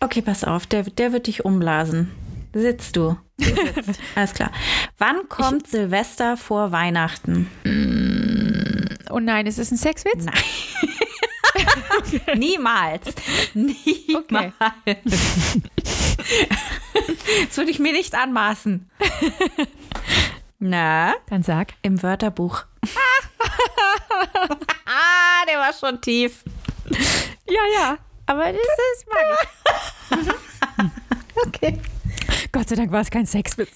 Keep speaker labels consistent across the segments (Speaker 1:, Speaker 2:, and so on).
Speaker 1: Okay, pass auf, der, der wird dich umblasen. Sitzt du. du sitzt. Alles klar. Wann kommt Silvester vor Weihnachten?
Speaker 2: Oh nein, ist es ein Sexwitz?
Speaker 1: Nein. Niemals. Niemals. das würde ich mir nicht anmaßen. Na,
Speaker 2: Dann sag.
Speaker 1: im Wörterbuch. ah, der war schon tief.
Speaker 2: Ja, ja. Aber das ist mag
Speaker 1: Okay.
Speaker 2: ich. Gott sei Dank war es kein Sexwitz.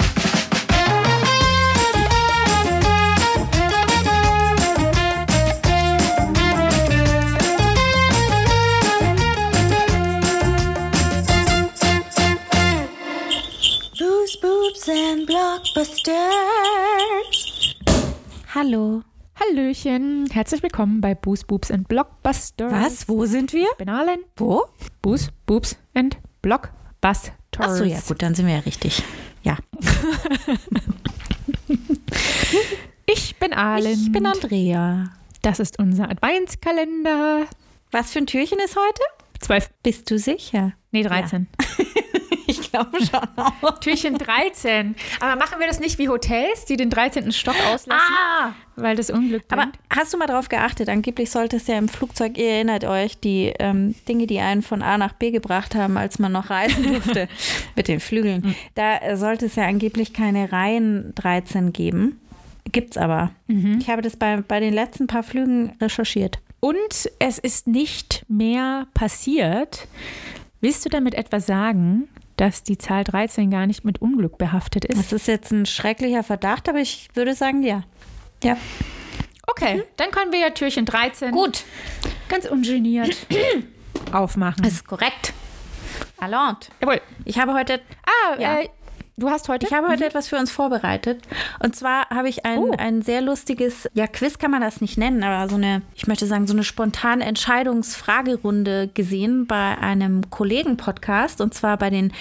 Speaker 1: Booze, Boobs and Blockbusters. Hallo.
Speaker 2: Hallöchen. Herzlich willkommen bei Boos, Boobs and Blockbusters.
Speaker 1: Was? Wo sind wir?
Speaker 2: Benalen.
Speaker 1: Wo?
Speaker 2: Boos, Boobs and Blockbusters.
Speaker 1: Ach so, ja, gut, dann sind wir ja richtig. Ja.
Speaker 2: Ich bin Alen.
Speaker 1: Ich bin Andrea.
Speaker 2: Das ist unser Adventskalender.
Speaker 1: Was für ein Türchen ist heute?
Speaker 2: Zwölf.
Speaker 1: Bist du sicher?
Speaker 2: Nee, 13.
Speaker 1: Ich glaube schon auch.
Speaker 2: Türchen 13. Aber machen wir das nicht wie Hotels, die den 13. Stock auslassen,
Speaker 1: Ah!
Speaker 2: weil das Unglück bringt?
Speaker 1: Aber hast du mal drauf geachtet? Angeblich sollte es ja im Flugzeug, ihr erinnert euch, die ähm, Dinge, die einen von A nach B gebracht haben, als man noch reisen durfte mit den Flügeln. Da äh, sollte es ja angeblich keine Reihen 13 geben. Gibt's aber. Ich habe das bei, bei den letzten paar Flügen recherchiert.
Speaker 2: Und es ist nicht mehr passiert. Willst du damit etwas sagen, dass die Zahl 13 gar nicht mit Unglück behaftet ist?
Speaker 1: Das ist jetzt ein schrecklicher Verdacht, aber ich würde sagen, ja. Ja.
Speaker 2: Okay, dann können wir ja Türchen 13
Speaker 1: Gut.
Speaker 2: ganz ungeniert aufmachen.
Speaker 1: Das ist korrekt. Allant.
Speaker 2: Jawohl.
Speaker 1: Ich habe heute
Speaker 2: Ah,
Speaker 1: Ja.
Speaker 2: äh, du hast heute.
Speaker 1: Ich habe heute etwas für uns vorbereitet. Und zwar habe ich ein,
Speaker 2: Mhm. Oh.
Speaker 1: ein sehr lustiges, ja, Quiz kann man das nicht nennen, aber so eine, ich möchte sagen, so eine spontane Entscheidungsfragerunde gesehen bei einem Kollegen-Podcast und zwar bei den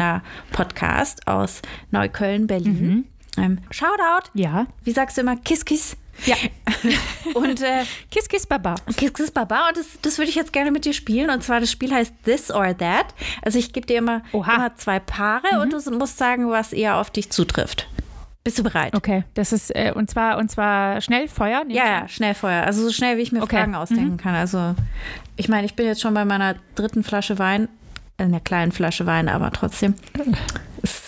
Speaker 1: Flimmerkistenkinder-Podcast aus Neukölln, Berlin. Ähm, Shoutout!
Speaker 2: Mhm. ja.
Speaker 1: Wie sagst du immer? Kiss, kiss.
Speaker 2: Ja.
Speaker 1: Und äh,
Speaker 2: Kiss, kiss, baba.
Speaker 1: Kiss Kiss Baba und das, das würde ich jetzt gerne mit dir spielen. Und zwar das Spiel heißt This or That. Also ich gebe dir immer,
Speaker 2: Oha. Mhm.
Speaker 1: immer zwei Paare und du musst sagen, was eher auf dich zutrifft. Bist du bereit?
Speaker 2: Okay, das ist, äh, und zwar, und zwar schnell Feuer. nehme ich
Speaker 1: Ja,
Speaker 2: an.
Speaker 1: ja, Schnellfeuer. Also so schnell, wie ich mir
Speaker 2: Okay. Mhm.
Speaker 1: Fragen ausdenken kann. Also ich meine, ich bin jetzt schon bei meiner dritten Flasche Wein, äh, einer kleinen Flasche Wein, aber trotzdem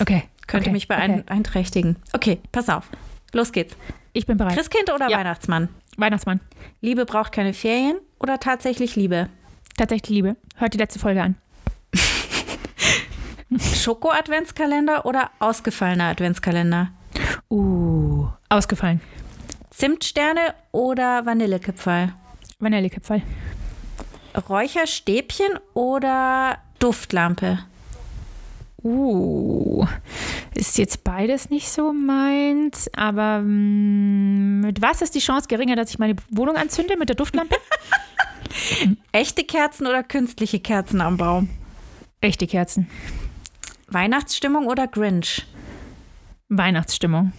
Speaker 2: Okay.
Speaker 1: könnte
Speaker 2: okay.
Speaker 1: mich beein-
Speaker 2: Okay.
Speaker 1: beeinträchtigen. Okay, pass auf. Los geht's.
Speaker 2: Ich bin bereit.
Speaker 1: Christkind oder
Speaker 2: Ja.
Speaker 1: Weihnachtsmann?
Speaker 2: Weihnachtsmann.
Speaker 1: Liebe braucht keine Ferien oder tatsächlich Liebe?
Speaker 2: Tatsächlich Liebe. Hört die letzte Folge an.
Speaker 1: Schoko-Adventskalender oder ausgefallener Adventskalender?
Speaker 2: Uh. Ausgefallen.
Speaker 1: Zimtsterne oder Vanillekipferl?
Speaker 2: Vanillekipferl.
Speaker 1: Räucherstäbchen oder Duftlampe?
Speaker 2: Uh, ist jetzt beides nicht so meins, aber mm, mit was ist die Chance geringer, dass ich meine Wohnung anzünde? Mit der Duftlampe?
Speaker 1: Echte Kerzen oder künstliche Kerzen am Baum?
Speaker 2: Echte Kerzen.
Speaker 1: Weihnachtsstimmung oder Grinch?
Speaker 2: Weihnachtsstimmung.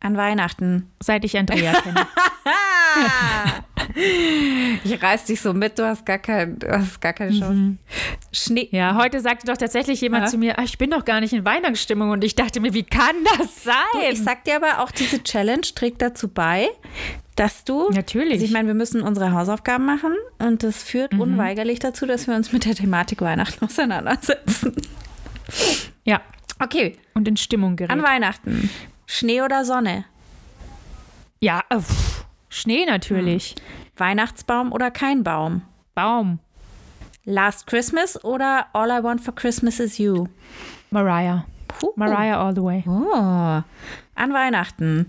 Speaker 1: An Weihnachten.
Speaker 2: Seit ich Andrea kenne.
Speaker 1: Ich reiß dich so mit, du hast gar, kein, du hast gar keine Chance. Schnee.
Speaker 2: Ja, heute sagte doch tatsächlich jemand
Speaker 1: Ja.
Speaker 2: zu mir, "Ah, ich bin doch gar nicht in Weihnachtsstimmung. Und ich dachte mir, wie kann das sein?
Speaker 1: Du, ich sag dir aber auch, diese Challenge trägt dazu bei, dass du.
Speaker 2: Natürlich.
Speaker 1: Also ich meine, wir müssen unsere Hausaufgaben machen und das führt unweigerlich dazu, dass wir uns mit der Thematik Weihnachten auseinandersetzen.
Speaker 2: ja,
Speaker 1: Okay,
Speaker 2: und in Stimmung gerät.
Speaker 1: an Weihnachten. Schnee oder Sonne?
Speaker 2: ja, äh, pff, Schnee natürlich.
Speaker 1: Weihnachtsbaum oder kein Baum?
Speaker 2: Baum.
Speaker 1: Last Christmas oder All I Want for Christmas is You?
Speaker 2: Mariah.
Speaker 1: Puh.
Speaker 2: Mariah all the way.
Speaker 1: Oh. An Weihnachten.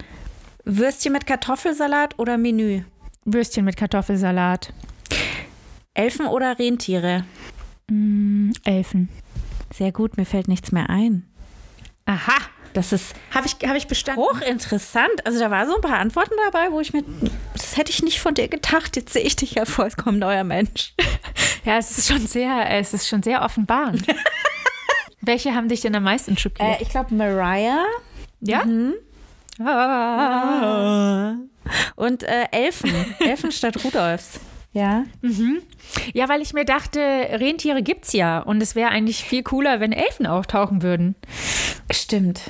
Speaker 1: Würstchen mit Kartoffelsalat oder Menü?
Speaker 2: Würstchen mit Kartoffelsalat.
Speaker 1: Elfen oder Rentiere?
Speaker 2: Mm, Elfen.
Speaker 1: Sehr gut, mir fällt nichts mehr ein.
Speaker 2: Aha.
Speaker 1: Das ist
Speaker 2: Habe ich, hab ich bestanden?
Speaker 1: hochinteressant. Also da war so ein paar Antworten dabei, wo ich mir, das hätte ich nicht von dir gedacht. Jetzt sehe ich dich ja vollkommen neuer Mensch.
Speaker 2: Ja, es ist schon sehr, es ist schon sehr offenbarend. Welche haben dich denn am meisten schockiert?
Speaker 1: Äh, ich glaube Mariah
Speaker 2: ja? Ah.
Speaker 1: und äh, Elfen. Elfen statt Rudolfs. Ja.
Speaker 2: Mhm. Ja, weil ich mir dachte, Rentiere gibt's ja und es wäre eigentlich viel cooler, wenn Elfen auftauchen würden.
Speaker 1: Stimmt.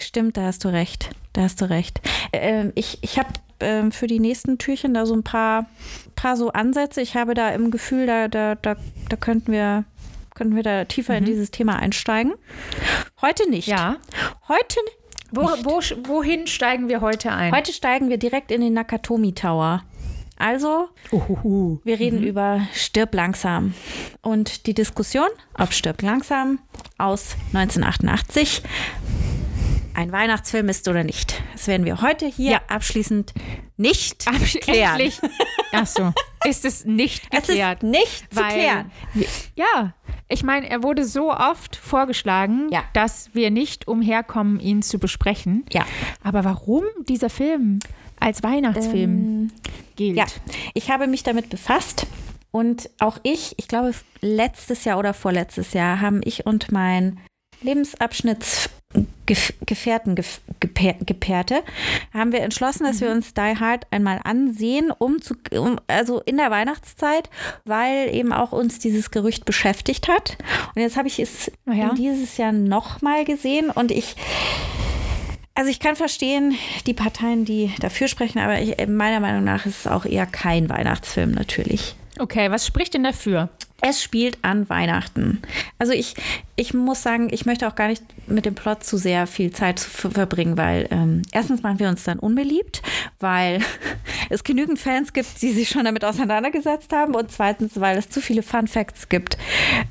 Speaker 1: Stimmt, da hast du recht. Da hast du recht. Ähm, ich ich habe ähm, für die nächsten Türchen da so ein paar, paar so Ansätze. Ich habe da im Gefühl, da, da, da, da könnten wir könnten wir da tiefer in dieses Thema einsteigen. Heute nicht.
Speaker 2: Ja.
Speaker 1: Heute,
Speaker 2: Wo, wo, wohin steigen wir heute ein?
Speaker 1: heute steigen wir direkt in den Nakatomi Tower. Also,
Speaker 2: Uhuhu. Mhm.
Speaker 1: wir reden über Stirb langsam. Und die Diskussion, ob Stirb langsam aus 1988 ein Weihnachtsfilm ist oder nicht. Das werden wir heute hier
Speaker 2: Ja.
Speaker 1: abschließend nicht
Speaker 2: Absch-
Speaker 1: klären.
Speaker 2: Endlich. Ach so. Ist es nicht
Speaker 1: Es ist
Speaker 2: geklärt?
Speaker 1: nicht zu
Speaker 2: weil-
Speaker 1: klären.
Speaker 2: ja. Ich meine, er wurde so oft vorgeschlagen,
Speaker 1: Ja.
Speaker 2: dass wir nicht umherkommen, ihn zu besprechen.
Speaker 1: Ja.
Speaker 2: Aber warum dieser Film als Weihnachtsfilm gilt?
Speaker 1: Ähm, Mm, Ja, ich habe mich damit befasst und auch ich, ich glaube, letztes Jahr oder vorletztes Jahr haben ich und mein Lebensabschnittsgefährten, gef, Gepär, Gepärte, haben wir entschlossen, dass wir uns Die Hard einmal ansehen, um zu, um, also in der Weihnachtszeit, weil eben auch uns dieses Gerücht beschäftigt hat. Und jetzt habe ich es
Speaker 2: Ah ja.
Speaker 1: dieses Jahr nochmal gesehen und ich also ich kann verstehen, die Parteien, die dafür sprechen, aber ich, meiner Meinung nach ist es auch eher kein Weihnachtsfilm natürlich.
Speaker 2: Okay, was spricht denn dafür?
Speaker 1: Es spielt an Weihnachten. Also ich, ich muss sagen, ich möchte auch gar nicht mit dem Plot zu sehr viel Zeit zu ver- verbringen, weil ähm, erstens machen wir uns dann unbeliebt, weil es genügend Fans gibt, die sich schon damit auseinandergesetzt haben und zweitens, weil es zu viele Fun Facts gibt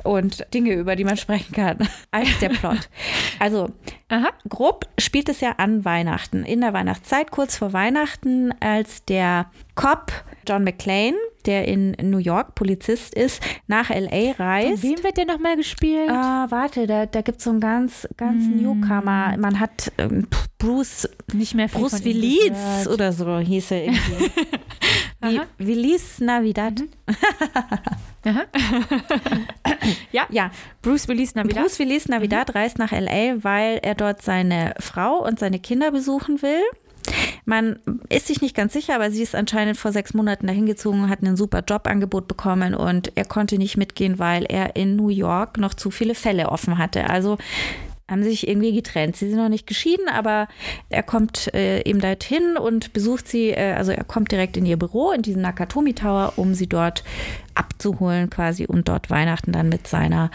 Speaker 1: und Dinge, über die man sprechen kann, als der Plot. Also
Speaker 2: Aha.
Speaker 1: grob spielt es ja an Weihnachten, in der Weihnachtszeit, kurz vor Weihnachten, als der Cop John McClane, der in New York Polizist ist, nach L.A. reist.
Speaker 2: Wem wird der nochmal gespielt?
Speaker 1: Ah, warte, da, da gibt es so einen ganz, ganz
Speaker 2: Hm.
Speaker 1: Newcomer. Man hat ähm, pff, Bruce,
Speaker 2: Nicht mehr viel
Speaker 1: Bruce
Speaker 2: von ihm
Speaker 1: Willis
Speaker 2: gehört.
Speaker 1: oder so hieß er irgendwie. Wie- Willis Navidad.
Speaker 2: Mhm. Ja.
Speaker 1: Ja,
Speaker 2: Bruce Willis Navidad.
Speaker 1: Bruce Willis Navidad reist nach L.A., weil er dort seine Frau und seine Kinder besuchen will. Man ist sich nicht ganz sicher, aber sie ist anscheinend vor sechs Monaten dahin gezogen, hat ein super Jobangebot bekommen und er konnte nicht mitgehen, weil er in New York noch zu viele Fälle offen hatte. Also haben sie sich irgendwie getrennt. Sie sind noch nicht geschieden, aber er kommt äh, eben dorthin und besucht sie, äh, also er kommt direkt in ihr Büro, in diesen Nakatomi Tower, um sie dort abzuholen quasi und dort Weihnachten dann mit seiner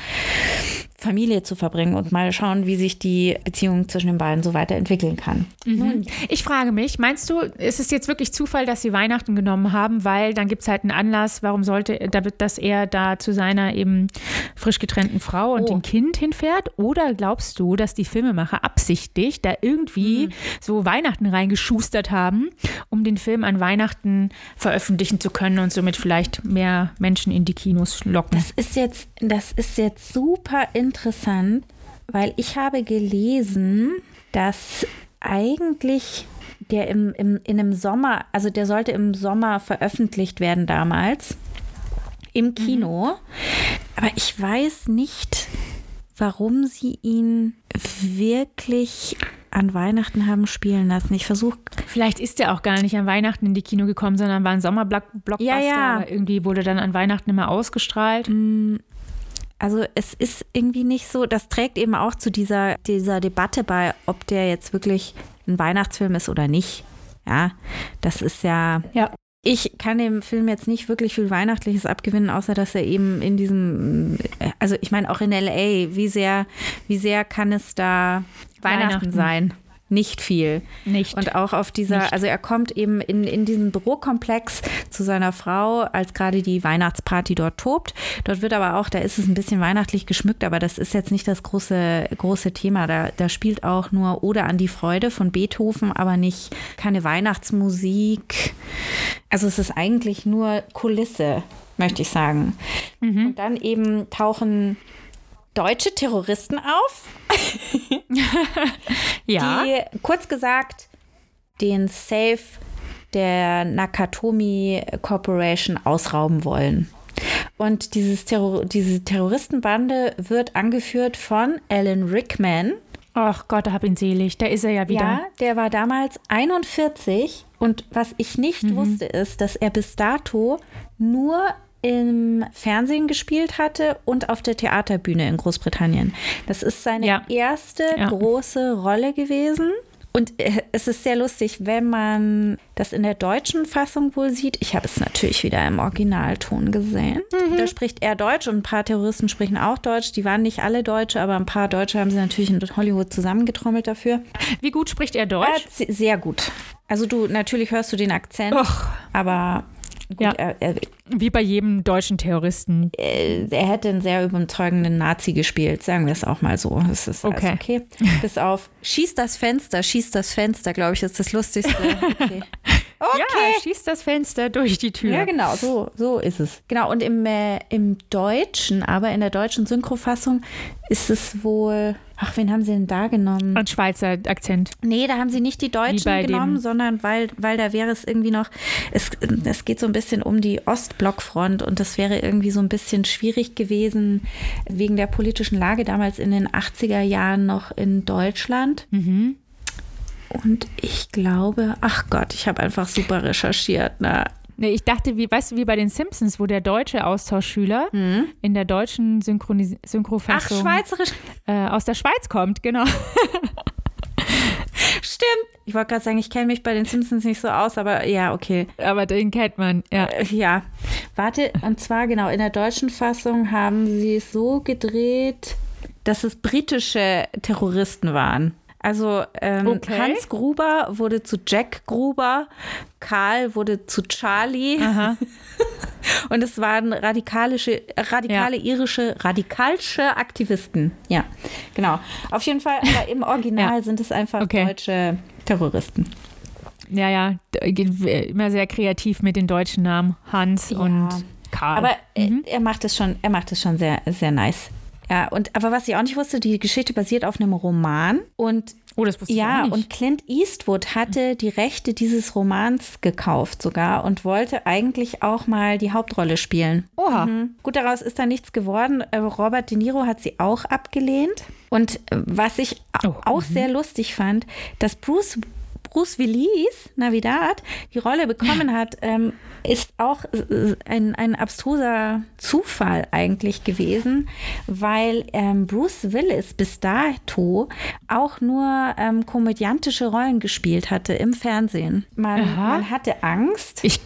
Speaker 1: Familie zu verbringen und mal schauen, wie sich die Beziehung zwischen den beiden so weiterentwickeln kann.
Speaker 2: Mhm. Ich frage mich, meinst du, ist es jetzt wirklich Zufall, dass sie Weihnachten genommen haben, weil dann gibt es halt einen Anlass, warum sollte, damit, dass er da zu seiner eben frisch getrennten Frau und
Speaker 1: Oh.
Speaker 2: dem Kind hinfährt? Oder glaubst du, dass die Filmemacher absichtlich da irgendwie so Weihnachten reingeschustert haben, um den Film an Weihnachten veröffentlichen zu können und somit vielleicht mehr Menschen in die Kinos locken?
Speaker 1: Das ist jetzt, das ist jetzt super interessant, weil ich habe gelesen, dass eigentlich der im, im, in einem Sommer, also der sollte im Sommer veröffentlicht werden damals im Kino. Aber ich weiß nicht, warum sie ihn wirklich an Weihnachten haben spielen lassen. Ich versuche
Speaker 2: Vielleicht ist er auch gar nicht an Weihnachten in die Kino gekommen, sondern war ein Sommerblockbuster.
Speaker 1: Ja, ja.
Speaker 2: aber irgendwie wurde dann an Weihnachten immer ausgestrahlt.
Speaker 1: Also es ist irgendwie nicht so, das trägt eben auch zu dieser, dieser Debatte bei, ob der jetzt wirklich ein Weihnachtsfilm ist oder nicht. Ja, das ist ja,
Speaker 2: Ja.
Speaker 1: ich kann dem Film jetzt nicht wirklich viel Weihnachtliches abgewinnen, außer dass er eben in diesem, also ich meine auch in LA, wie sehr, wie sehr kann es da Weihnachten
Speaker 2: Weihnachten.
Speaker 1: sein? Nicht viel.
Speaker 2: Nicht.
Speaker 1: Und auch auf dieser,
Speaker 2: Nicht.
Speaker 1: also er kommt eben in, in diesen Bürokomplex zu seiner Frau, als gerade die Weihnachtsparty dort tobt. Dort wird aber auch, da ist es ein bisschen weihnachtlich geschmückt, aber das ist jetzt nicht das große, große Thema. Da, da spielt auch nur Ode an die Freude von Beethoven, aber nicht keine Weihnachtsmusik. Also es ist eigentlich nur Kulisse, möchte ich sagen.
Speaker 2: Mhm.
Speaker 1: Und dann eben tauchen deutsche Terroristen auf
Speaker 2: ja.
Speaker 1: die kurz gesagt den Safe der Nakatomi Corporation ausrauben wollen. Und dieses Terror diese Terroristenbande wird angeführt von Alan Rickman.
Speaker 2: Ach Gott, hab ihn selig. Da ist er ja wieder.
Speaker 1: Ja, der war damals 41 Und was ich nicht
Speaker 2: Mhm.
Speaker 1: wusste, ist, dass er bis dato nur im Fernsehen gespielt hatte und auf der Theaterbühne in Großbritannien. Das ist seine
Speaker 2: Ja.
Speaker 1: erste
Speaker 2: Ja.
Speaker 1: große Rolle gewesen. Und äh, es ist sehr lustig, wenn man das in der deutschen Fassung wohl sieht. Ich habe es natürlich wieder im Originalton gesehen.
Speaker 2: Mhm.
Speaker 1: Da spricht er Deutsch und ein paar Terroristen sprechen auch Deutsch. Die waren nicht alle Deutsche, aber ein paar Deutsche haben sie natürlich in Hollywood zusammengetrommelt dafür.
Speaker 2: Wie gut spricht er
Speaker 1: Er
Speaker 2: Deutsch?
Speaker 1: hat se- sehr gut. Also du, natürlich hörst du den Akzent,
Speaker 2: Och,
Speaker 1: aber gut,
Speaker 2: Ja.
Speaker 1: er, er,
Speaker 2: wie bei jedem deutschen Terroristen.
Speaker 1: äh, er hätte einen sehr überzeugenden Nazi gespielt, sagen wir es auch mal so. Es ist okay.
Speaker 2: Okay.
Speaker 1: Alles okay. Bis auf Schieß das Fenster, schieß das Fenster, glaube ich, ist das Lustigste. Okay.
Speaker 2: Ja, schießt das Fenster durch die Tür.
Speaker 1: Ja, genau, so, so ist es. Genau, und im, äh, im Deutschen, aber in der deutschen Synchrofassung ist es wohl. Ach, wen haben sie denn da genommen?
Speaker 2: Und Schweizer Akzent.
Speaker 1: Nee, da haben sie nicht die
Speaker 2: Wie
Speaker 1: Deutschen
Speaker 2: bei dem-
Speaker 1: genommen, sondern weil, weil da wäre es irgendwie noch, es, es geht so ein bisschen um die Ostblockfront und das wäre irgendwie so ein bisschen schwierig gewesen wegen der politischen Lage damals in den 80er Jahren noch in Deutschland.
Speaker 2: Mhm.
Speaker 1: Und ich glaube, ach Gott, ich habe einfach super recherchiert. ne? Na,
Speaker 2: Nee, ich dachte, wie, weißt du, wie bei den Simpsons, wo der deutsche Austauschschüler in der deutschen Synchronis
Speaker 1: Hm. ach,
Speaker 2: Synchrofassung
Speaker 1: schweizerisch.
Speaker 2: äh, aus der Schweiz kommt, genau.
Speaker 1: Stimmt. Ich wollte gerade sagen, ich kenne mich bei den Simpsons nicht so aus, aber ja, okay.
Speaker 2: Aber den kennt man, ja.
Speaker 1: Äh, Ja, warte, und zwar genau, in der deutschen Fassung haben sie es so gedreht, dass es britische Terroristen waren. Also ähm,
Speaker 2: Okay.
Speaker 1: Hans Gruber wurde zu Jack Gruber, Karl wurde zu Charlie
Speaker 2: Aha.
Speaker 1: und es waren radikalische, radikale irische, radikalsche Aktivisten. Ja, genau. Auf jeden Fall, aber im Original sind es einfach
Speaker 2: Okay.
Speaker 1: deutsche Terroristen.
Speaker 2: Ja, ja, d- geht w- immer sehr kreativ mit den deutschen Namen Hans
Speaker 1: Ja.
Speaker 2: und Karl. Mhm.
Speaker 1: Aber äh, er macht es schon, er macht es schon sehr, sehr nice. Ja, und aber was ich auch nicht wusste, die Geschichte basiert auf einem Roman und
Speaker 2: oh, das wusste
Speaker 1: ja,
Speaker 2: ich auch nicht. Mhm.
Speaker 1: und Clint Eastwood hatte die Rechte dieses Romans gekauft sogar und wollte eigentlich auch mal die Hauptrolle spielen.
Speaker 2: Oha.
Speaker 1: Mhm. Gut, daraus ist dann nichts geworden. Äh, Robert De Niro hat sie auch abgelehnt. Und äh, was ich a-
Speaker 2: Oh,
Speaker 1: auch sehr lustig fand, dass Bruce, Bruce Willis, Navidad, die Rolle bekommen hat, ähm, ist auch äh, ein, ein abstruser Zufall eigentlich gewesen, weil ähm, Bruce Willis bis dato auch nur ähm, komödiantische Rollen gespielt hatte im Fernsehen. Man,
Speaker 2: Aha.
Speaker 1: man hatte Angst,
Speaker 2: Ich,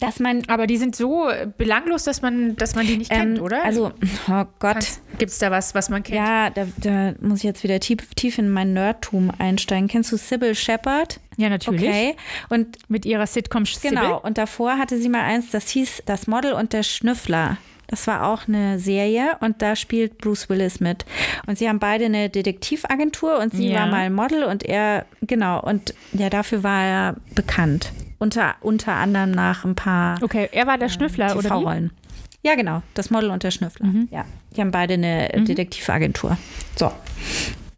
Speaker 1: dass man
Speaker 2: aber die sind so äh, belanglos, dass man, dass man die nicht kennt,
Speaker 1: ähm,
Speaker 2: oder?
Speaker 1: Also, oh Gott.
Speaker 2: gibt es da was, was man kennt?
Speaker 1: Ja, da, da muss ich jetzt wieder tief, tief in mein Nerdtum einsteigen. Kennst du Sybil Shepard?
Speaker 2: Ja, natürlich.
Speaker 1: Okay. Und
Speaker 2: Mit ihrer Sitcom Sibyl?
Speaker 1: genau, und davor hatte sie mal eins, das hieß Das Model und der Schnüffler. Das war auch eine Serie und da spielt Bruce Willis mit. Und sie haben beide eine Detektivagentur und sie
Speaker 2: Ja.
Speaker 1: war mal Model und er, genau, und ja, dafür war er bekannt. Unter, unter anderem nach ein paar
Speaker 2: Okay, er war
Speaker 1: Ähm,
Speaker 2: der Schnüffler, oder wie? Mhm.
Speaker 1: TV-Rollen. Ja, genau. Das Model und der Schnüffler. Ja. Die haben beide eine Detektivagentur. So.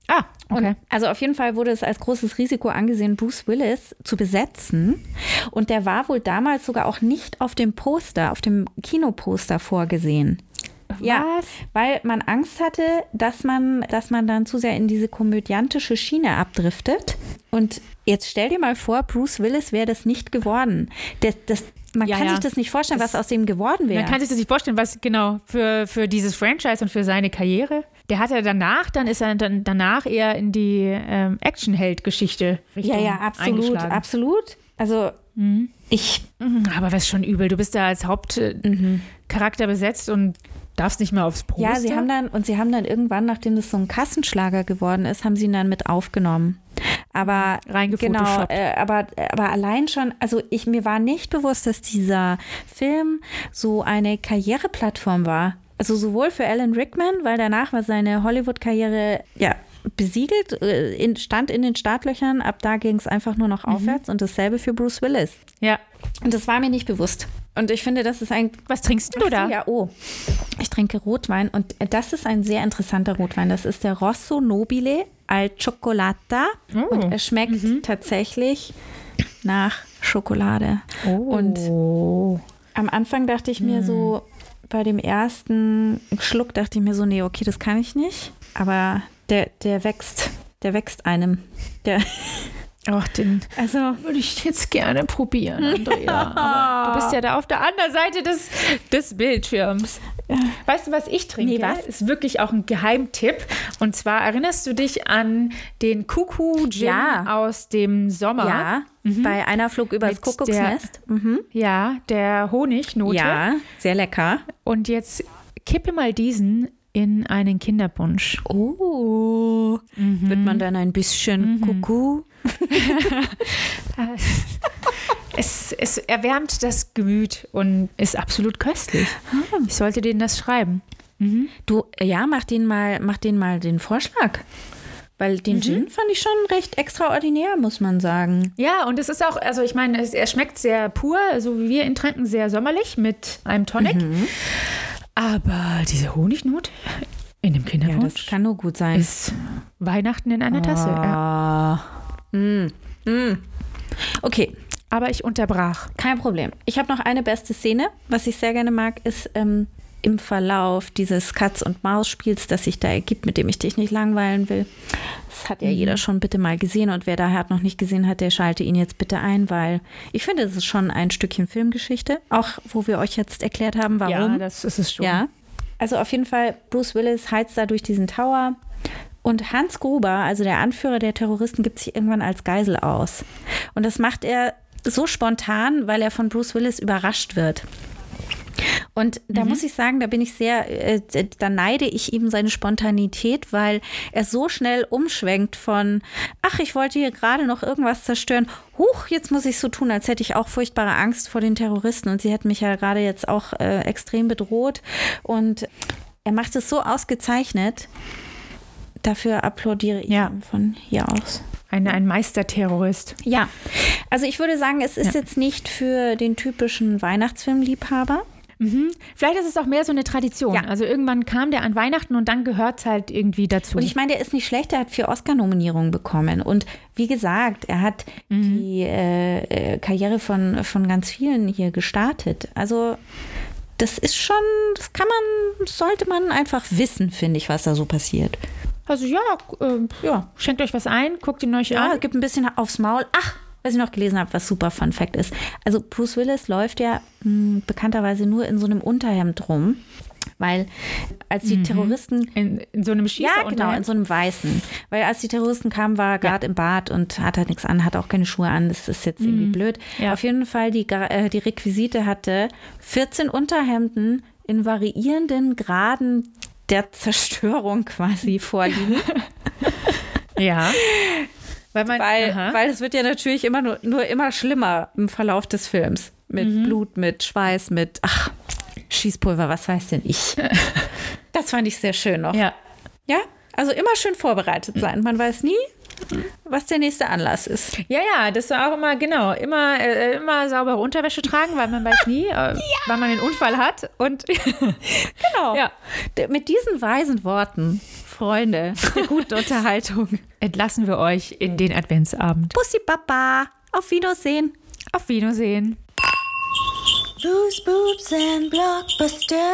Speaker 2: Ah,
Speaker 1: Und
Speaker 2: okay.
Speaker 1: also auf jeden Fall wurde es als großes Risiko angesehen, Bruce Willis zu besetzen. Und der war wohl damals sogar auch nicht auf dem Poster, auf dem Kinoposter vorgesehen. Ja,
Speaker 2: Was?
Speaker 1: weil man Angst hatte, dass man, dass man dann zu sehr in diese komödiantische Schiene abdriftet. Und jetzt stell dir mal vor, Bruce Willis wäre das nicht geworden. Das, das, man
Speaker 2: Ja,
Speaker 1: kann
Speaker 2: ja.
Speaker 1: sich das nicht vorstellen, was aus dem geworden wäre.
Speaker 2: Man kann sich das nicht vorstellen, was genau für, für dieses Franchise und für seine Karriere. Der hat ja danach, dann ist er dann danach eher in die ähm, Actionheld-Geschichte
Speaker 1: Ja,
Speaker 2: Richtung
Speaker 1: ja, absolut,
Speaker 2: eingeschlagen.
Speaker 1: absolut. Also ich,
Speaker 2: Mhm, Aber was schon übel. Du bist da als Hauptcharakter besetzt und darfst nicht mehr aufs Poster.
Speaker 1: Mhm. ja, sie haben dann und sie haben dann irgendwann, nachdem das so ein Kassenschlager geworden ist, haben sie ihn dann mit aufgenommen. Aber genau,
Speaker 2: Reingefotoshoppt.
Speaker 1: äh, aber aber allein schon, also ich mir war nicht bewusst, dass dieser Film so eine Karriereplattform war. Also sowohl für Alan Rickman, weil danach war seine Hollywood-Karriere ja besiegelt, äh, in, stand in den Startlöchern. Ab da ging es einfach nur noch aufwärts und dasselbe für Bruce Willis.
Speaker 2: ja.
Speaker 1: Und das war mir nicht bewusst. Und ich finde, das ist ein
Speaker 2: Was trinkst du da?
Speaker 1: Ach so, Ja, oh. Ich trinke Rotwein und das ist ein sehr interessanter Rotwein. Das ist der Rosso Nobile al Cioccolata
Speaker 2: Oh.
Speaker 1: und er schmeckt tatsächlich nach Schokolade. Und
Speaker 2: Und
Speaker 1: am Anfang dachte ich mir so, bei dem ersten Schluck dachte ich mir so, nee, okay, das kann ich nicht. Aber der, der wächst, der wächst einem. Der,
Speaker 2: Ach, den
Speaker 1: Also,
Speaker 2: würde ich jetzt gerne probieren, Andrea. Aber du bist ja da auf der anderen Seite des, des Bildschirms. Weißt du, was ich trinke?
Speaker 1: Nee, was?
Speaker 2: Ist wirklich auch ein Geheimtipp. Und zwar erinnerst du dich an den Kuku-Gin
Speaker 1: Ja.
Speaker 2: aus dem Sommer?
Speaker 1: ja, Mhm. bei einer Flug übers
Speaker 2: Mit der-
Speaker 1: Kuckucksnest. Mhm.
Speaker 2: Ja, der Honignote.
Speaker 1: Ja, sehr lecker.
Speaker 2: Und jetzt kippe mal diesen in einen Kinderpunsch.
Speaker 1: Oh, wird man dann ein bisschen Kuckuck?
Speaker 2: Es, es erwärmt das Gemüt und ist absolut köstlich.
Speaker 1: Ah.
Speaker 2: Ich sollte denen das schreiben.
Speaker 1: Du, ja, mach den mal, mach den mal den Vorschlag. Weil den Gin fand ich schon recht extraordinär, muss man sagen.
Speaker 2: Ja, und es ist auch, also ich meine, es, er schmeckt sehr pur, so wie wir ihn trinken, sehr sommerlich mit einem Tonic. Aber diese Honignote in
Speaker 1: Ja,
Speaker 2: dem
Speaker 1: das
Speaker 2: Kinderpunsch
Speaker 1: kann nur gut sein.
Speaker 2: ist Weihnachten in einer Tasse. Ja.
Speaker 1: Okay,
Speaker 2: Aber ich unterbrach.
Speaker 1: kein Problem. Ich habe noch eine beste Szene. Was ich sehr gerne mag, ist ähm, im Verlauf dieses Katz-und-Maus-Spiels, das sich da ergibt, mit dem ich dich nicht langweilen will. Das hat ja jeder schon bitte mal gesehen und wer daher noch nicht gesehen hat, der schalte ihn jetzt bitte ein, weil ich finde, es ist schon ein Stückchen Filmgeschichte, auch wo wir euch jetzt erklärt haben, warum.
Speaker 2: Ja, das ist es schon.
Speaker 1: Ja. Also auf jeden Fall, Bruce Willis heizt da durch diesen Tower. Und Hans Gruber, also der Anführer der Terroristen, gibt sich irgendwann als Geisel aus. Und das macht er so spontan, weil er von Bruce Willis überrascht wird. Und da muss ich sagen, da bin ich sehr, äh, da neide ich ihm seine Spontanität, weil er so schnell umschwenkt von, ach, ich wollte hier gerade noch irgendwas zerstören. Huch, jetzt muss ich so tun, als hätte ich auch furchtbare Angst vor den Terroristen und sie hätten mich ja gerade jetzt auch äh, extrem bedroht. Und er macht es so ausgezeichnet. Dafür applaudiere ich
Speaker 2: Ja.
Speaker 1: ihm von hier aus.
Speaker 2: Ein, ein Meisterterrorist.
Speaker 1: Ja, also ich würde sagen, es ist jetzt nicht für den typischen Weihnachtsfilmliebhaber.
Speaker 2: Vielleicht ist es auch mehr so eine Tradition.
Speaker 1: Ja.
Speaker 2: Also irgendwann kam der an Weihnachten und dann gehört es halt irgendwie dazu.
Speaker 1: Und ich meine, der ist nicht schlecht, der hat vier Oscar-Nominierungen bekommen. Und wie gesagt, er hat die äh, äh, Karriere von, von ganz vielen hier gestartet. Also das ist schon, das kann man, sollte man einfach wissen, finde ich, was da so passiert.
Speaker 2: also ja, ähm, ja, schenkt euch was ein, guckt ihn euch
Speaker 1: Ja,
Speaker 2: an.
Speaker 1: gibt ein bisschen aufs Maul. Ach, was ich noch gelesen habe, was super Fun Fact ist. Also Bruce Willis läuft ja mh, bekannterweise nur in so einem Unterhemd rum, weil als die Terroristen
Speaker 2: In, in so einem Schießer
Speaker 1: Ja, genau, in so einem weißen. Weil als die Terroristen kamen, war Gard im Bad und hat halt nichts an, hat auch keine Schuhe an, das ist jetzt irgendwie blöd.
Speaker 2: Mhm. Ja.
Speaker 1: Auf jeden Fall, die, Gra- äh, die Requisite hatte 14 Unterhemden in variierenden Graden der Zerstörung quasi vorliegen.
Speaker 2: Ja. Weil man.
Speaker 1: Weil,
Speaker 2: aha.
Speaker 1: weil es wird ja natürlich immer nur, nur immer schlimmer im Verlauf des Films. Mit
Speaker 2: Mhm.
Speaker 1: Blut, mit Schweiß, mit, ach, Schießpulver, was weiß denn ich. Das fand ich sehr schön noch.
Speaker 2: ja.
Speaker 1: Ja, also immer schön vorbereitet sein. Man weiß nie, was der nächste Anlass ist.
Speaker 2: ja, ja, das war auch immer, genau, immer, äh, immer saubere Unterwäsche tragen, weil man weiß nie, äh, wann man einen Unfall hat. Und
Speaker 1: Genau.
Speaker 2: Ja.
Speaker 1: D- Mit diesen weisen Worten, Freunde, eine gute Unterhaltung.
Speaker 2: entlassen wir euch in den Adventsabend.
Speaker 1: Bussi Baba, auf Wiedersehen.
Speaker 2: Auf Wiedersehen.
Speaker 3: Booze, boobs, and blockbusters.